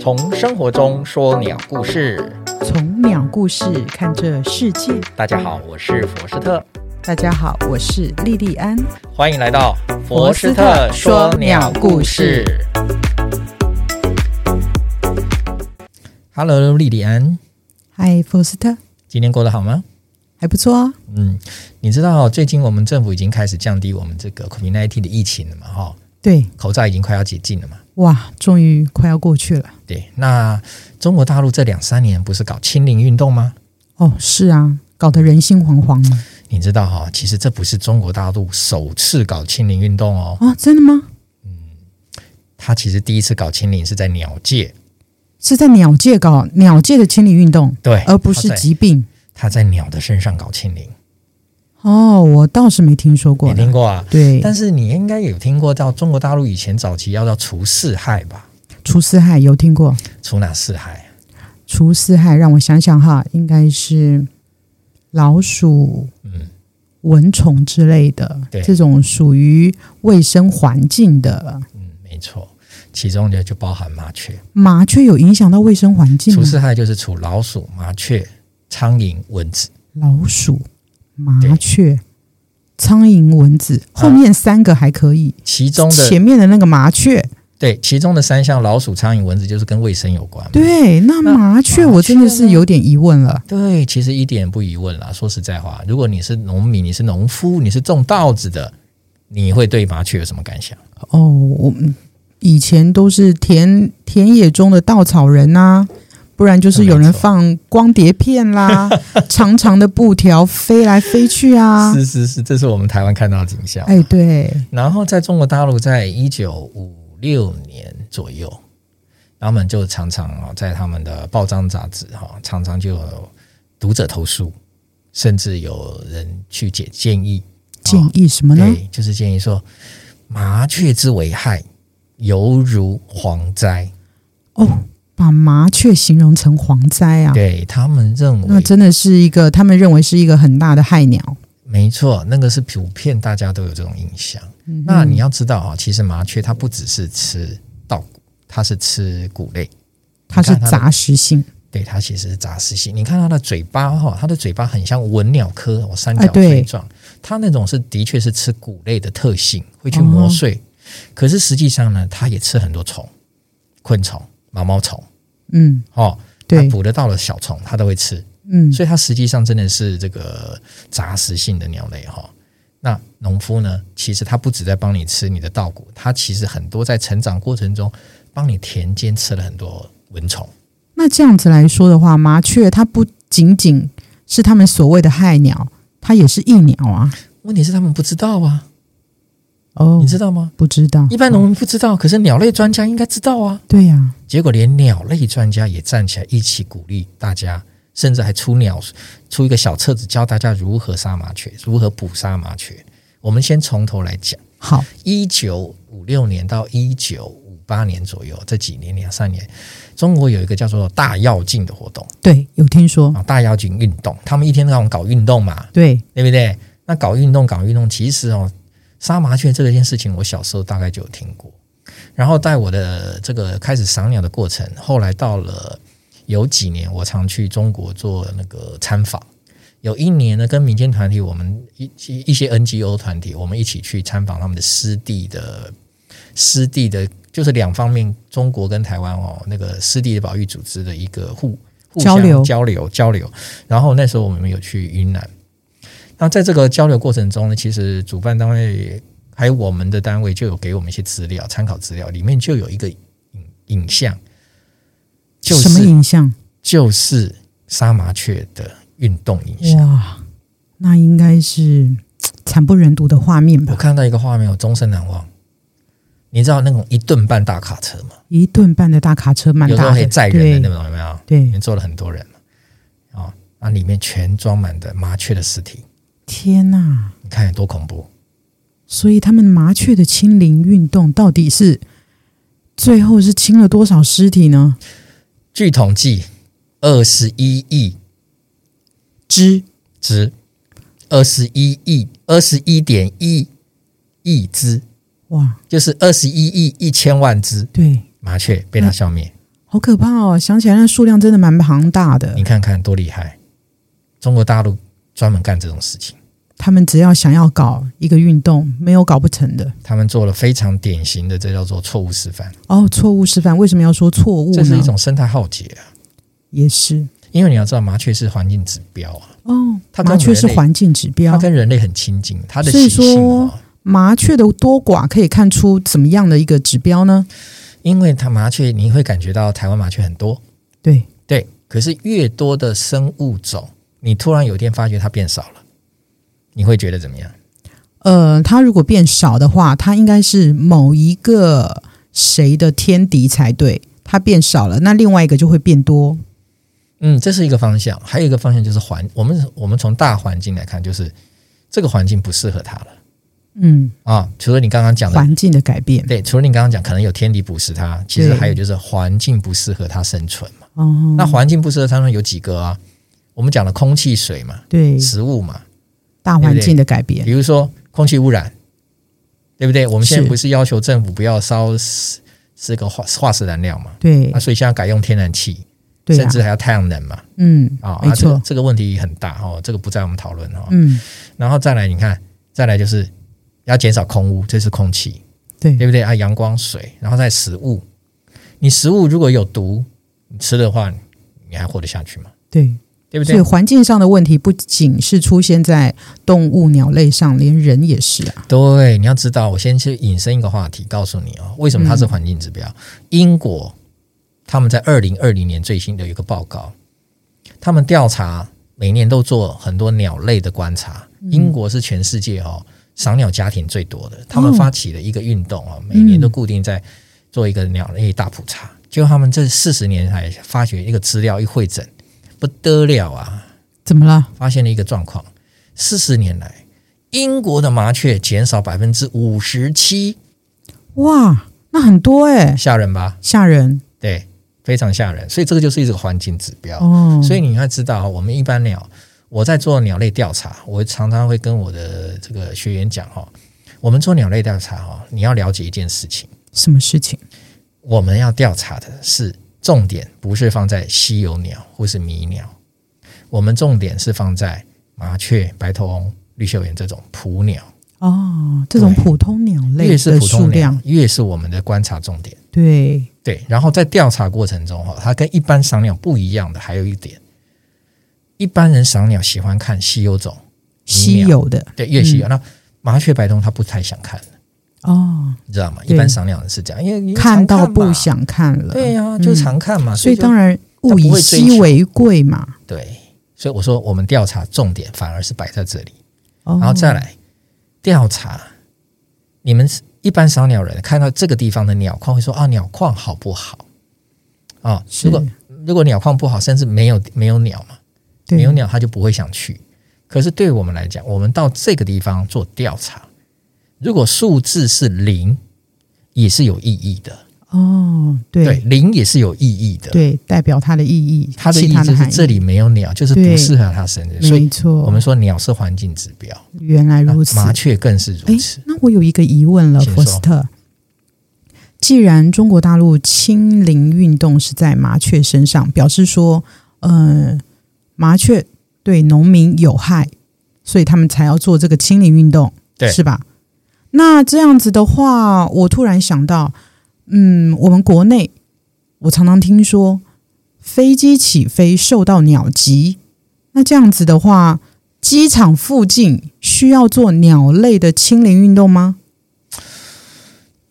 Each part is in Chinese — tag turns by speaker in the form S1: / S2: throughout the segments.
S1: 从生活中说鸟故事。
S2: 从鸟故事看这世界。
S1: 大家好，我是佛斯特，
S2: 大家好，我是莉莉安。
S1: 欢迎来到
S2: 佛斯特说鸟故事。
S1: Hello，莉莉安，
S2: 嗨，福斯特，
S1: 今天过得好吗？
S2: 还不错啊。
S1: 嗯，你知道最近我们政府已经开始降低我们这个 COVID-19 的疫情了嘛？哈，
S2: 对，
S1: 口罩已经快要解禁了嘛？
S2: 哇，终于快要过去了。
S1: 对，那中国大陆这两三年不是搞清零运动吗？
S2: 哦，是啊，搞得人心惶惶啊。
S1: 你知道哈、其实这不是中国大陆首次搞清零运动哦，
S2: 啊，真的吗？
S1: 它其实第一次搞清零是在鸟界，
S2: 是在鸟界搞鸟界的清理运动，
S1: 啊对，
S2: 而不是
S1: 它在
S2: 疾病。
S1: 它在鸟的身上搞清零，
S2: 哦，我倒是没听说过
S1: 你
S2: 嗯呢。
S1: 听过啊？
S2: 对，
S1: 但是你应该有听过到中国大陆以前早期要到除四害吧？
S2: 除四害有听过，
S1: 除哪四害？
S2: 除四害让我想想哈，应该是老鼠、
S1: 嗯，
S2: 蚊虫之类的
S1: 对，
S2: 这种属于卫生环境的
S1: 嗯，没错，其中的就包含麻雀。
S2: 麻雀有影响到卫生环境
S1: 除
S2: 吗？
S1: 四害就是除老鼠、麻雀、苍蝇、蚊子。
S2: 老鼠、麻
S1: 对
S2: 雀、苍蝇、蚊子，后面三个还可以，
S1: 其啊中的
S2: 前面的那个麻雀，
S1: 对，其中的三项老鼠、苍蝇、蚊子就是跟卫生有关嘛。
S2: 对，那
S1: 那
S2: 麻雀我真的是有点疑问了。
S1: 对，其实一点不疑问啦。说实在话，如果你是农民，你是农夫，你是种稻子的，你会对麻雀有什么感想？
S2: 哦，我们以前都是田田野中的稻草人呐、不然就是有人
S1: 没错
S2: 放光碟片 啦，长长的布条飞来飞去啊。
S1: 是是是，这是我们台湾看到的景象。
S2: 哎，对，
S1: 然后在中国大陆，在一九五六年左右，他们就常常哦，在他们的报章杂志哈、哦，常常就有读者投诉，甚至有人去解建议，哦
S2: 建议什么呢？
S1: 对，就是建议说，麻雀之危害犹如蝗灾，
S2: 哦，把麻雀形容成蝗灾啊，
S1: 对他们认
S2: 那
S1: 为，
S2: 真的是一个他们认为是一个很大的害鸟。
S1: 没错，那个是普遍大家都有这种印象。
S2: 嗯哼
S1: 那你要知道啊，其实麻雀它不只是吃稻谷，它是吃谷类。
S2: 它是
S1: 你看它的
S2: 杂食性，
S1: 对，它其实是杂食性。你看它的嘴巴哈，它的嘴巴很像文鸟科哦，三
S2: 哎
S1: 角
S2: 对
S1: 锥状。它那种是的确是吃谷类的特性，会
S2: 哦
S1: 去磨碎。可是实际上呢，它也吃很多虫，昆虫、毛毛虫
S2: 嗯，
S1: 哦，它
S2: 对，
S1: 捕得到的小虫它都会吃。
S2: 嗯，
S1: 所以它实际上真的是这个杂食性的鸟类哈。那农夫呢，其实他不止在帮你吃你的稻谷，他其实很多在成长过程中帮你田间吃了很多蚊虫。
S2: 那这样子来说的话，麻雀它不仅仅是他们所谓的害鸟，它也是益鸟啊。
S1: 问题是他们不知道啊，
S2: 哦
S1: 你，知道吗？
S2: 不知道，
S1: 一般农民不知道，可是鸟类专家应该知道啊。
S2: 对呀、
S1: 结果连鸟类专家也站起来一起鼓励大家，甚至还出鸟出一个小册子教大家如何杀麻雀，如何捕杀麻雀。我们先从头来讲。
S2: 好，
S1: 一九五六年到一九五八年左右这几年两三年，中国有一个叫做大跃进的活动
S2: 对，有听说，
S1: 啊，大跃进运动，他们一天到晚搞运动嘛，
S2: 对，
S1: 对不对？那搞运动搞运动，其实哦，杀麻雀这件事情，我小时候大概就有听过。然后在我的这个开始赏鸟的过程，后来到了有几年，我常去中国做那个参访。有一年呢，跟民间团体，我们一一一些 NGO 团体，我们一起去参访他们的湿地的湿地的，就是两方面，中国跟台湾哦，那个湿地的保育组织的一个互互相
S2: 交流
S1: 交流交流。然后那时候我们有去云南，那在这个交流过程中呢，其实主办单位还有我们的单位就有给我们一些资料，参考资料里面就有一个影影像，就
S2: 什么
S1: 是
S2: 影像？
S1: 就是杀麻雀的运动影像。
S2: 哇，那应该是嘖惨不忍睹的画面
S1: 我
S2: 吧？
S1: 看到一个画面，我哦终身难忘。你知道那种一顿半大卡车吗？
S2: 一顿半的大卡车，蛮
S1: 有时
S2: 大
S1: 候可以
S2: 的，
S1: 载人的那种，有没有？
S2: 对
S1: 里
S2: 对，
S1: 面坐了很多人嘛，哦，那里面全装满的麻雀的尸体，
S2: 天哪、
S1: 你看有多恐怖？
S2: 所以他们麻雀的清零运动到底是最后是清了多少尸体呢？
S1: 据统计，二十一亿
S2: 只
S1: 只，二十一亿，二十一点一亿只，
S2: 哇，
S1: 就是二十一亿一千万只
S2: 对，
S1: 麻雀被
S2: 嗯
S1: 它消灭。
S2: 好可怕哦！想起来那数量真的蛮庞大的
S1: 你。看看多厉害！中国大陆专门干这种事情，
S2: 他们只要想要搞一个运动，没有搞不成的。
S1: 他们做了非常典型的，这叫做错误示范，
S2: 哦，错误示范为什么要说错误呢？
S1: 这是一种生态浩劫啊！
S2: 也是
S1: 因为你要知道，麻雀是环境指标啊，
S2: 哦，
S1: 它跟
S2: 麻雀
S1: 人
S2: 是
S1: 类
S2: 环境指
S1: 它
S2: 标，
S1: 跟人类很亲近，它的
S2: 所以
S1: 习性
S2: 说
S1: 哦，
S2: 麻雀的多寡可以看出怎么样的一个指标呢？
S1: 因为它麻雀你会感觉到台湾麻雀很多，
S2: 对，
S1: 对，可是越多的生物种，你突然有一天发觉它变少了，你会觉得怎么样？
S2: 呃，它如果变少的话，它应该是某一个谁的天敌才对。它变少了，那另外一个就会变多。
S1: 嗯，这是一个方向，还有一个方向就是环，我们我们从大环境来看，就是这个环境不适合它了
S2: 嗯，
S1: 啊。除了你刚刚讲的，
S2: 环境的改变。
S1: 对，除了你刚刚讲可能有天敌捕食它，其实
S2: 对
S1: 还有就是环境不适合它生存嘛。
S2: 哦，
S1: 那环境不适合它生存有几个啊？我们讲了空气、水嘛，
S2: 对
S1: 食物嘛，
S2: 大环境的改变。
S1: 比如说空气污染，对不对？我们现在
S2: 是
S1: 不是要求政府不要烧是是个化化石燃料嘛？
S2: 对
S1: 啊那所以现在改用天然气，
S2: 对
S1: 甚
S2: 啊，
S1: 至还要太阳能嘛？
S2: 嗯，
S1: 啊，
S2: 没
S1: 啊这个
S2: 错，
S1: 这个问题很大哦，这个不在我们讨论哦。
S2: 嗯，
S1: 然后再来，你看，再来就是要减少空污，这是空气，
S2: 对
S1: 对不对啊？阳光、水，然后再食物。你食物如果有毒，你吃的话，你还活得下去吗？
S2: 对。
S1: 对不
S2: 所以
S1: 对？
S2: 环境上的问题不仅是出现在动物、鸟类上，连人也是啊。
S1: 对，你要知道，我先去引申一个话题，告诉你哦，为什么它是环境指标？英国他们在二零二零年最新的一个报告，他们调查每年都做很多鸟类的观察。英国是全世界哦赏鸟家庭最多的，他们
S2: 哦
S1: 发起了一个运动哦，每年都固定在做一个鸟类大普查。结果他们这四十年来发觉一个资料一会诊，不得了啊！
S2: 怎么了？
S1: 发现了一个状况：四十年来，英国的麻雀减少百分之五十七，
S2: 哇，那很多哎、
S1: 吓人吧？
S2: 吓人
S1: 对，非常吓人。所以这个就是一个环境指标。
S2: 哦。
S1: 所以你要知道，我们一般鸟，我在做鸟类调查，我常常会跟我的这个学员讲哈，我们做鸟类调查哈，你要了解一件事情，
S2: 什么事情？
S1: 我们要调查的是重点，不是放在稀有鸟或是迷鸟，我们重点是放在麻雀、白头翁、绿袖眼这种捕鸟。
S2: 哦，这种
S1: 对
S2: 普通鸟类
S1: 越是
S2: 的
S1: 普
S2: 数
S1: 通
S2: 量
S1: 量，，越是我们的观察重点。
S2: 对，
S1: 对，然后在调查过程中哈，它跟一般赏鸟不一样的还有一点，一般人赏鸟喜欢看稀有种，
S2: 稀有的
S1: 对，越
S2: 嗯
S1: 稀有。那麻雀、白头翁它不太想看，
S2: 哦，
S1: 你知道吗？
S2: 对
S1: 一般赏嗯鸟人是这样，因为你
S2: 看到
S1: 常嘛
S2: 不，想看了。
S1: 对呀、
S2: 嗯
S1: 就常看嘛，
S2: 所以
S1: 就
S2: 当然
S1: 它
S2: 物
S1: 不
S2: 以
S1: 会追
S2: 稀
S1: 求
S2: 为贵嘛。
S1: 对。所以我说，我们调查重点反而是摆在这里，
S2: 哦，
S1: 然后再来调查。你们一般赏鸟人看到这个地方的鸟况，会说啊，鸟况好不好？啊，
S2: 是
S1: 如果如果鸟况不好，甚至没有没有鸟嘛，
S2: 对
S1: 没有鸟它就不会想去。可是对我们来讲，我们到这个地方做调查，如果数字是零，也是有意义的。
S2: 哦，
S1: 对，
S2: 对
S1: 零也是有意义的。，
S2: 对，代表它的意义，
S1: 它的
S2: 其
S1: 意
S2: 他
S1: 义
S2: 的
S1: 就是
S2: 含义
S1: 这里没有鸟，就是不
S2: 对
S1: 适合它生存。所以
S2: 没错。
S1: 我们说鸟是环境指标，
S2: 原来
S1: 那
S2: 如此，
S1: 麻雀更是
S2: 哎
S1: 如此，。
S2: 那我有一个疑问了，
S1: 请
S2: 佛
S1: 说
S2: 斯特。既然中国大陆清零运动是在麻雀身上，表示说，呃，麻雀对农民有害，所以他们才要做这个清零运动，
S1: 对
S2: 是吧？那这样子的话，我突然想到，嗯，我们国内我常常听说飞机起飞受到鸟击，那这样子的话，机场附近需要做鸟类的清零运动吗？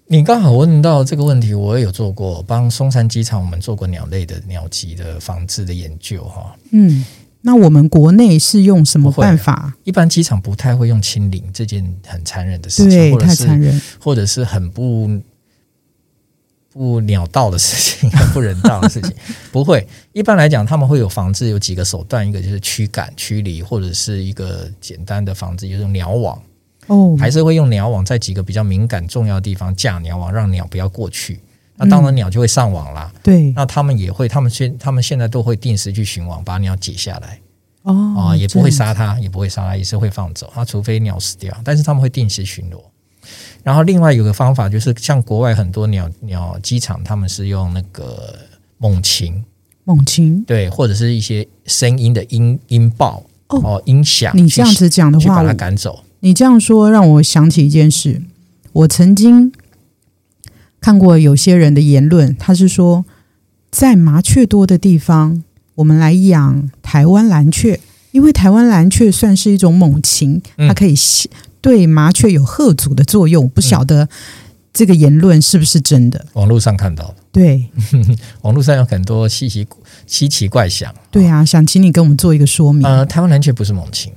S1: 你刚好问到这个问题，我也有做过，帮松山机场我们做过鸟类的鸟击的防治的研究哈。
S2: 嗯，那我们国内是用什么
S1: 不会啊
S2: 办法？
S1: 一般机场不太会用清零这件很残忍的事情，
S2: 对，
S1: 或者
S2: 太
S1: 是
S2: 残忍。
S1: 或者是很不不鸟道的事情， 很不人道的事情。 不会，一般来讲他们会有防治有几个手段，一个就是驱赶、驱离，或者是一个简单的防治，就是用鸟网，
S2: 哦，
S1: 还是会用鸟网在几个比较敏感重要的地方架鸟网，让鸟不要过去。那当然，
S2: 嗯
S1: 鸟就会上网啦。
S2: 对，
S1: 那他们也会，他们现他们现在都会定时去巡网，把鸟解下来。
S2: 哦
S1: 啊、，也不会
S2: 这样
S1: 啊杀它，也不会杀它，也是会放走它，除非鸟死掉。但是他们会定期巡逻。然后另外有个方法就是，像国外很多鸟鸟机场，他们是用那个猛禽，
S2: 猛禽。
S1: 对，或者是一些声音的音音爆
S2: 哦
S1: 音响，
S2: 你这样子讲的
S1: 去去
S2: 话
S1: 把，它赶走。
S2: 你这样说让我想起一件事，我曾经看过有些人的言论，他是说，在麻雀多的地方，我们来养台湾蓝雀，因为台湾蓝雀算是一种猛禽，
S1: 嗯
S2: 它可以吸对麻雀有吓阻的作用。不晓得这个言论是不是真的？
S1: 网络上看到的，
S2: 对
S1: 网络上有很多稀奇古稀奇怪想。
S2: 对啊，想请你跟我们做一个说明。
S1: 呃，台湾蓝雀不是猛禽，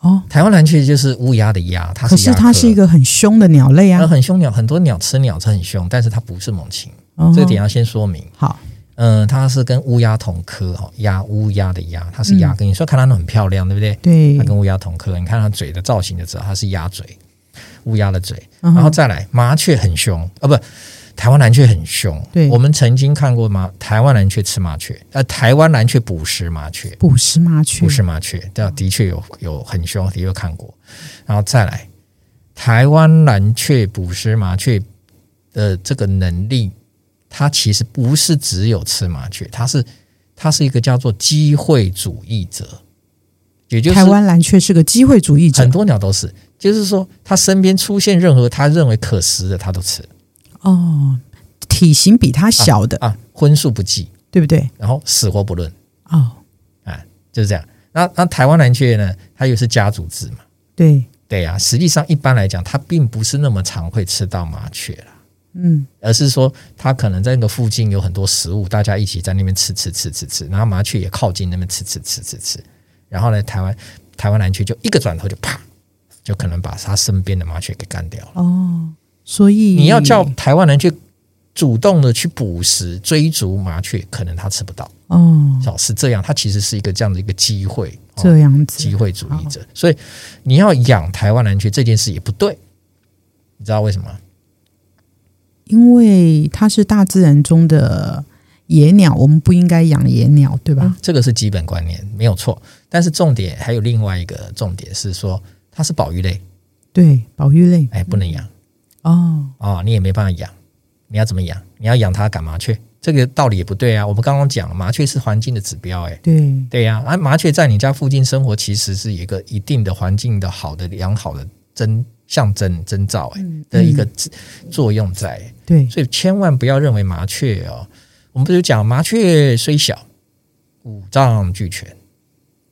S2: 哦，
S1: 台湾蓝雀就是乌鸦的鸦，它
S2: 可
S1: 是
S2: 是
S1: 鸦科。
S2: 它是一个很凶的鸟类
S1: 呃
S2: 啊。
S1: 很凶鸟，很多鸟吃鸟是很凶，但是它不是猛禽，
S2: 哦
S1: 呃这个点要啊先说明。
S2: 好，
S1: 嗯、它是跟乌鸦同科哦，鸦乌鸦的鸦，它是鸦
S2: 嗯
S1: 科。你说看它很漂亮，对不对？
S2: 对
S1: 它，跟乌鸦同科，你看它嘴的造型就知道它是鸭嘴，乌鸦的嘴。
S2: 然
S1: 然后再来，麻雀很凶啊，不，台湾蓝雀很凶。
S2: 对
S1: 我们曾经看过麻台湾蓝雀吃麻雀，呃，台湾蓝雀捕食麻雀，
S2: 捕食麻雀，
S1: 捕食麻雀，对，的确有有很凶，的确看过。然后再来，台湾蓝雀捕食麻雀的这个能力，它其实不是只有吃麻雀，它是它是一个叫做机会主义者，也就是
S2: 台湾蓝雀是个机会主义者
S1: 很多鸟都是，就是说它身边出现任何它认为可食的，它都吃。
S2: 哦，体型比它小的，
S1: 啊，荤素不忌，
S2: 对不对？
S1: 然后死活不论，
S2: 哦，
S1: 就是这样。那那台湾蓝雀呢，它又是家族制嘛，
S2: 对，
S1: 对呀、实际上一般来讲，它并不是那么常会吃到麻雀啦，
S2: 嗯，
S1: 而是说它可能在那个附近有很多食物，大家一起在那边吃吃吃吃吃，然后麻雀也靠近那边吃吃吃吃吃，然后呢，台湾台湾蓝雀就一个转头就啪，就可能把它身边的麻雀给干掉了。
S2: 哦，所以
S1: 你要叫台湾人去主动的去捕食、追逐麻雀，可能他吃不到。
S2: 哦
S1: 哦，是这样，它其实是一个这样的一个机会，哦、
S2: 这样
S1: 机
S2: 子，
S1: 会主义者。所以你要养台湾蓝雀这件事也不对，你知道为什么？
S2: 因为它是大自然中的野鸟，我们不应该养野鸟，对吧？
S1: 这个是基本观念，没有错。但是重点还有另外一个重点是说，它是保育类，
S2: 对，保育类
S1: 哎，不能养
S2: 哦，
S1: 哦，你也没办法养。你要怎么养？你要养它赶麻雀，这个道理也不对啊。我们刚刚讲了，麻雀是环境的指标、哎，
S2: 对，
S1: 对呀、啊，麻雀在你家附近生活，其实是一个一定的环境的好的良好的征象征征兆、哎。
S2: 嗯
S1: 的一个
S2: 嗯
S1: 自作用在，
S2: 对，
S1: 所以千万不要认为麻雀哦，我们不是讲麻雀虽小，五脏俱全，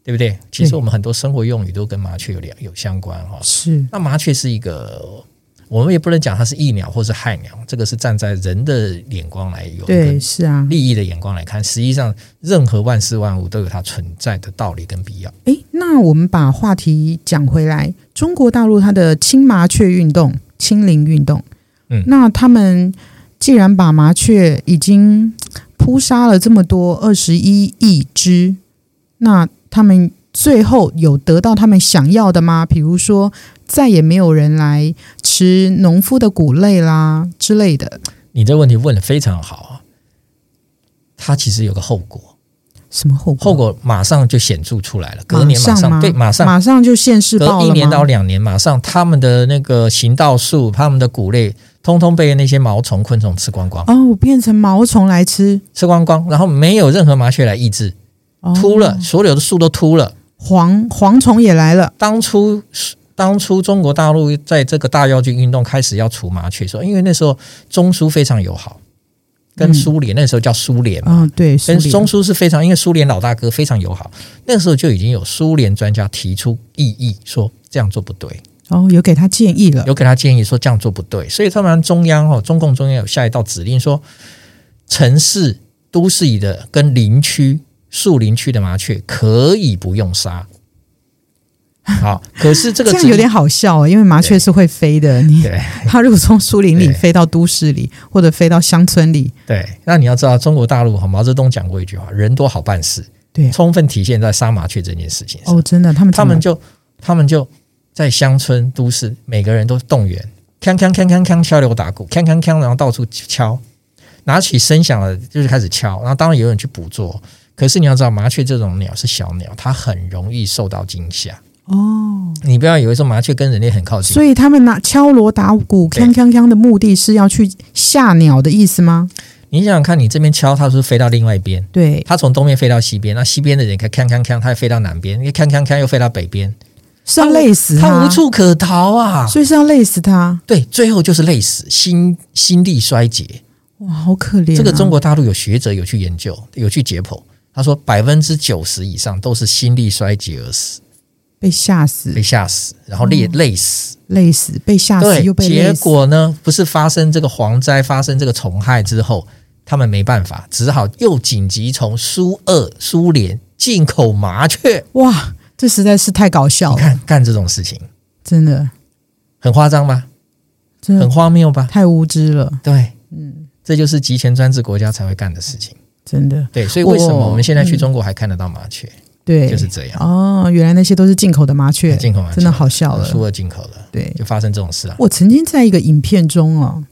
S1: 对不对？其实我们很多生活用语都跟麻雀有两有相关哈、哦。
S2: 是
S1: 那麻雀是一个，我们也不能讲它是益鸟或是害鸟，这个是站在人的眼光来有一
S2: 对，
S1: 个
S2: 是啊，
S1: 利益的眼光来看，实际上任何万事万物都有它存在的道理跟必要。
S2: 诶，那我们把话题讲回来，中国大陆它的青麻雀运动、清零运动，
S1: 嗯
S2: 那他们既然把麻雀已经扑杀了这么多二十一亿只，那他们最后有得到他们想要的吗？比如说，再也没有人来吃农夫的谷类啦之类的，
S1: 你这问题问的非常好啊，它其实有个后果。
S2: 什么后果？
S1: 后果马上就显著出来了，隔年马
S2: 上吗
S1: 对，马上
S2: 马上就现世
S1: 隔
S2: 报
S1: 一
S2: 了
S1: 年到
S2: 吗？
S1: 两年，马上他们的那个行道树、他们的谷类，通通被那些毛虫、昆虫吃光光，
S2: 哦，变成毛虫来吃，
S1: 吃光光，然后没有任何麻雀来抑制，
S2: 哦
S1: 秃了，所有的树都秃了。
S2: 蝗蝗虫也来了，
S1: 当初当初中国大陆在这个大跃进运动开始要除麻雀的时候，因为那时候中苏非常友好，跟
S2: 嗯
S1: 苏联、那时候叫苏联嘛，
S2: 嗯，对，
S1: 跟
S2: 苏联
S1: 中苏是非常，因为苏联老大哥非常友好，那时候就已经有苏联专家提出异议，说这样做不对，
S2: 哦，有给他建议了，
S1: 有给他建议说这样做不对，所以他们中央哦，中共中央有下一道指令说，城市都市里的跟林区树林区的麻雀可以不用 杀。好，可是这个
S2: 这样
S1: 指
S2: 有
S1: 令
S2: 点好笑哦，因为麻雀是会飞的， 你
S1: 对
S2: 它如果从树林里
S1: 对
S2: 飞到都市里，或者飞到乡村里，
S1: 对，那你要知道，中国大陆哦哈，毛泽东讲过一句话：人多好办事，
S2: 对，
S1: 充分体现在杀麻雀这件事情上。
S2: 哦，真的，他们
S1: 他们
S2: 怎
S1: 就他们就在乡村都市，每个人都动员，锵锵锵锵锵敲锣打鼓，锵锵锵，然后到处敲，拿起声响了就是开始敲，然后当然有人去捕捉。可是你要知道，麻雀这种鸟是小鸟，它很容易受到惊吓，
S2: 么哦，
S1: 你不要以为说麻雀跟人类很靠近，
S2: 所以他们拿敲锣打鼓、
S1: 对
S2: 锵锵锵的目的是要去吓鸟的意思吗？
S1: 你想想看，你这边敲，它是不是飞到另外一边？
S2: 对，
S1: 它从东边飞到西边，那西边的人看锵锵锵，它又飞到南边，你看锵锵锵又飞到北边，
S2: 是啊要累死
S1: 它无处可逃啊！
S2: 所以是要累死他。
S1: 对，最后就是累死，心心力衰竭。
S2: 哇，好可怜、啊！
S1: 这个中国大陆有学者有去研究，有去解剖，他说百分之九十以上都是心力衰竭而死，
S2: 被吓死
S1: 被、吓死，然后累累死。
S2: 累死、被哦吓死
S1: 对
S2: 又，被
S1: 结
S2: 累死，
S1: 果呢，不是发生这个蝗灾，发生这个虫害之后，他们没办法，只好又紧急从苏俄、苏联进口麻雀。
S2: 哇，这实在是太搞笑
S1: 你
S2: 了，
S1: 看干这种事情，
S2: 真的，
S1: 很夸张吧？
S2: 真
S1: 很
S2: 的
S1: 荒谬吧？
S2: 太无知了，
S1: 对，嗯，这就是集权专制国家才会干的事情。
S2: 真的，
S1: 对，所以为什么
S2: 我
S1: 我们现在去中国还看得到麻雀，
S2: 哦对，
S1: 就是这样。
S2: 哦，原来那些都是进口的麻雀，
S1: 进口麻雀
S2: 真的好笑了
S1: 苏俄进口的，
S2: 对，
S1: 就发生这种事啊。
S2: 我曾经在一个影片中哦，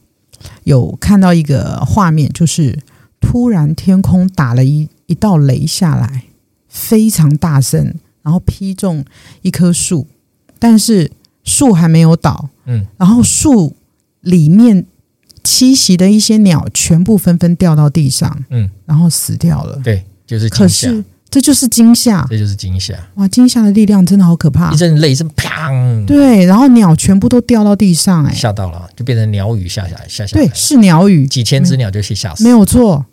S2: 有看到一个画面，就是突然天空打了一一道雷下来，非常大声，然后劈中一棵树，但是树还没有倒，
S1: 嗯，
S2: 然后树里面栖息的一些鸟全部纷纷掉到地上，
S1: 嗯，
S2: 然后死掉了。
S1: 对，就是
S2: 可
S1: 惊吓，
S2: 是啊这就是惊吓，
S1: 这就是惊吓，
S2: 哇，惊吓的力量真的好可怕
S1: 一。阵雷声，砰，
S2: 啊对，然后鸟全部都掉到地上、哎，
S1: 吓到了，就变成鸟语下下来下下来
S2: 对，，是鸟语，
S1: 几千只鸟就去吓
S2: 没
S1: 死。
S2: 有错。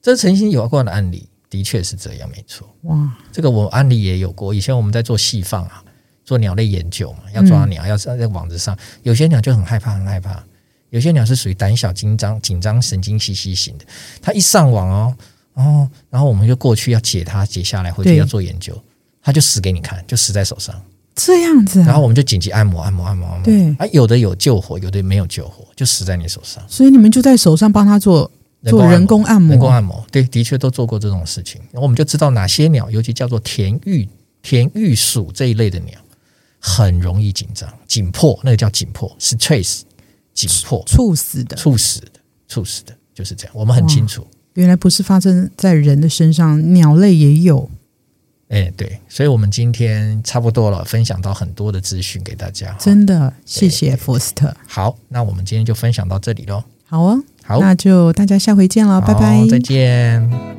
S1: 这曾经有过的案例，的确是这样，没错。
S2: 哇，
S1: 这个我案例也有过，以前我们在做戏放啊，做鸟类研究嘛，要
S2: 嗯
S1: 抓鸟，要在在网子上，有些鸟就很害怕，很害怕。有些鸟是属于胆小、紧张、紧张、神经兮兮型的，它一上网哦，哦，然后我们就过去要解它，解下来回去
S2: 对
S1: 要做研究，它就死给你看，就死在手上。
S2: 这样子
S1: 然
S2: 啊！
S1: 后我们就紧急按摩、按摩、按摩、按摩。
S2: 对
S1: 啊，有的有救活，有的没有救活，就死在你手上。
S2: 所以你们就在手上帮他做做人工按摩，
S1: 人工按摩，对，的确都做过这种事情。然后我们就知道哪些鸟，尤其叫做田玉、田玉属这一类的鸟，很容易紧张、紧迫，那个叫紧迫，stress，紧迫，
S2: 猝死的。
S1: 猝死的，猝死的，就是这样。我们很清楚，
S2: 原来不是发生在人的身上，鸟类也有。
S1: 哎，对，所以我们今天差不多了，分享到很多的资讯给大家。
S2: 真的，谢谢福斯特。
S1: 好，那我们今天就分享到这里喽。
S2: 好啊，
S1: 好，
S2: 那就大家下回见了，拜拜
S1: 好，再见。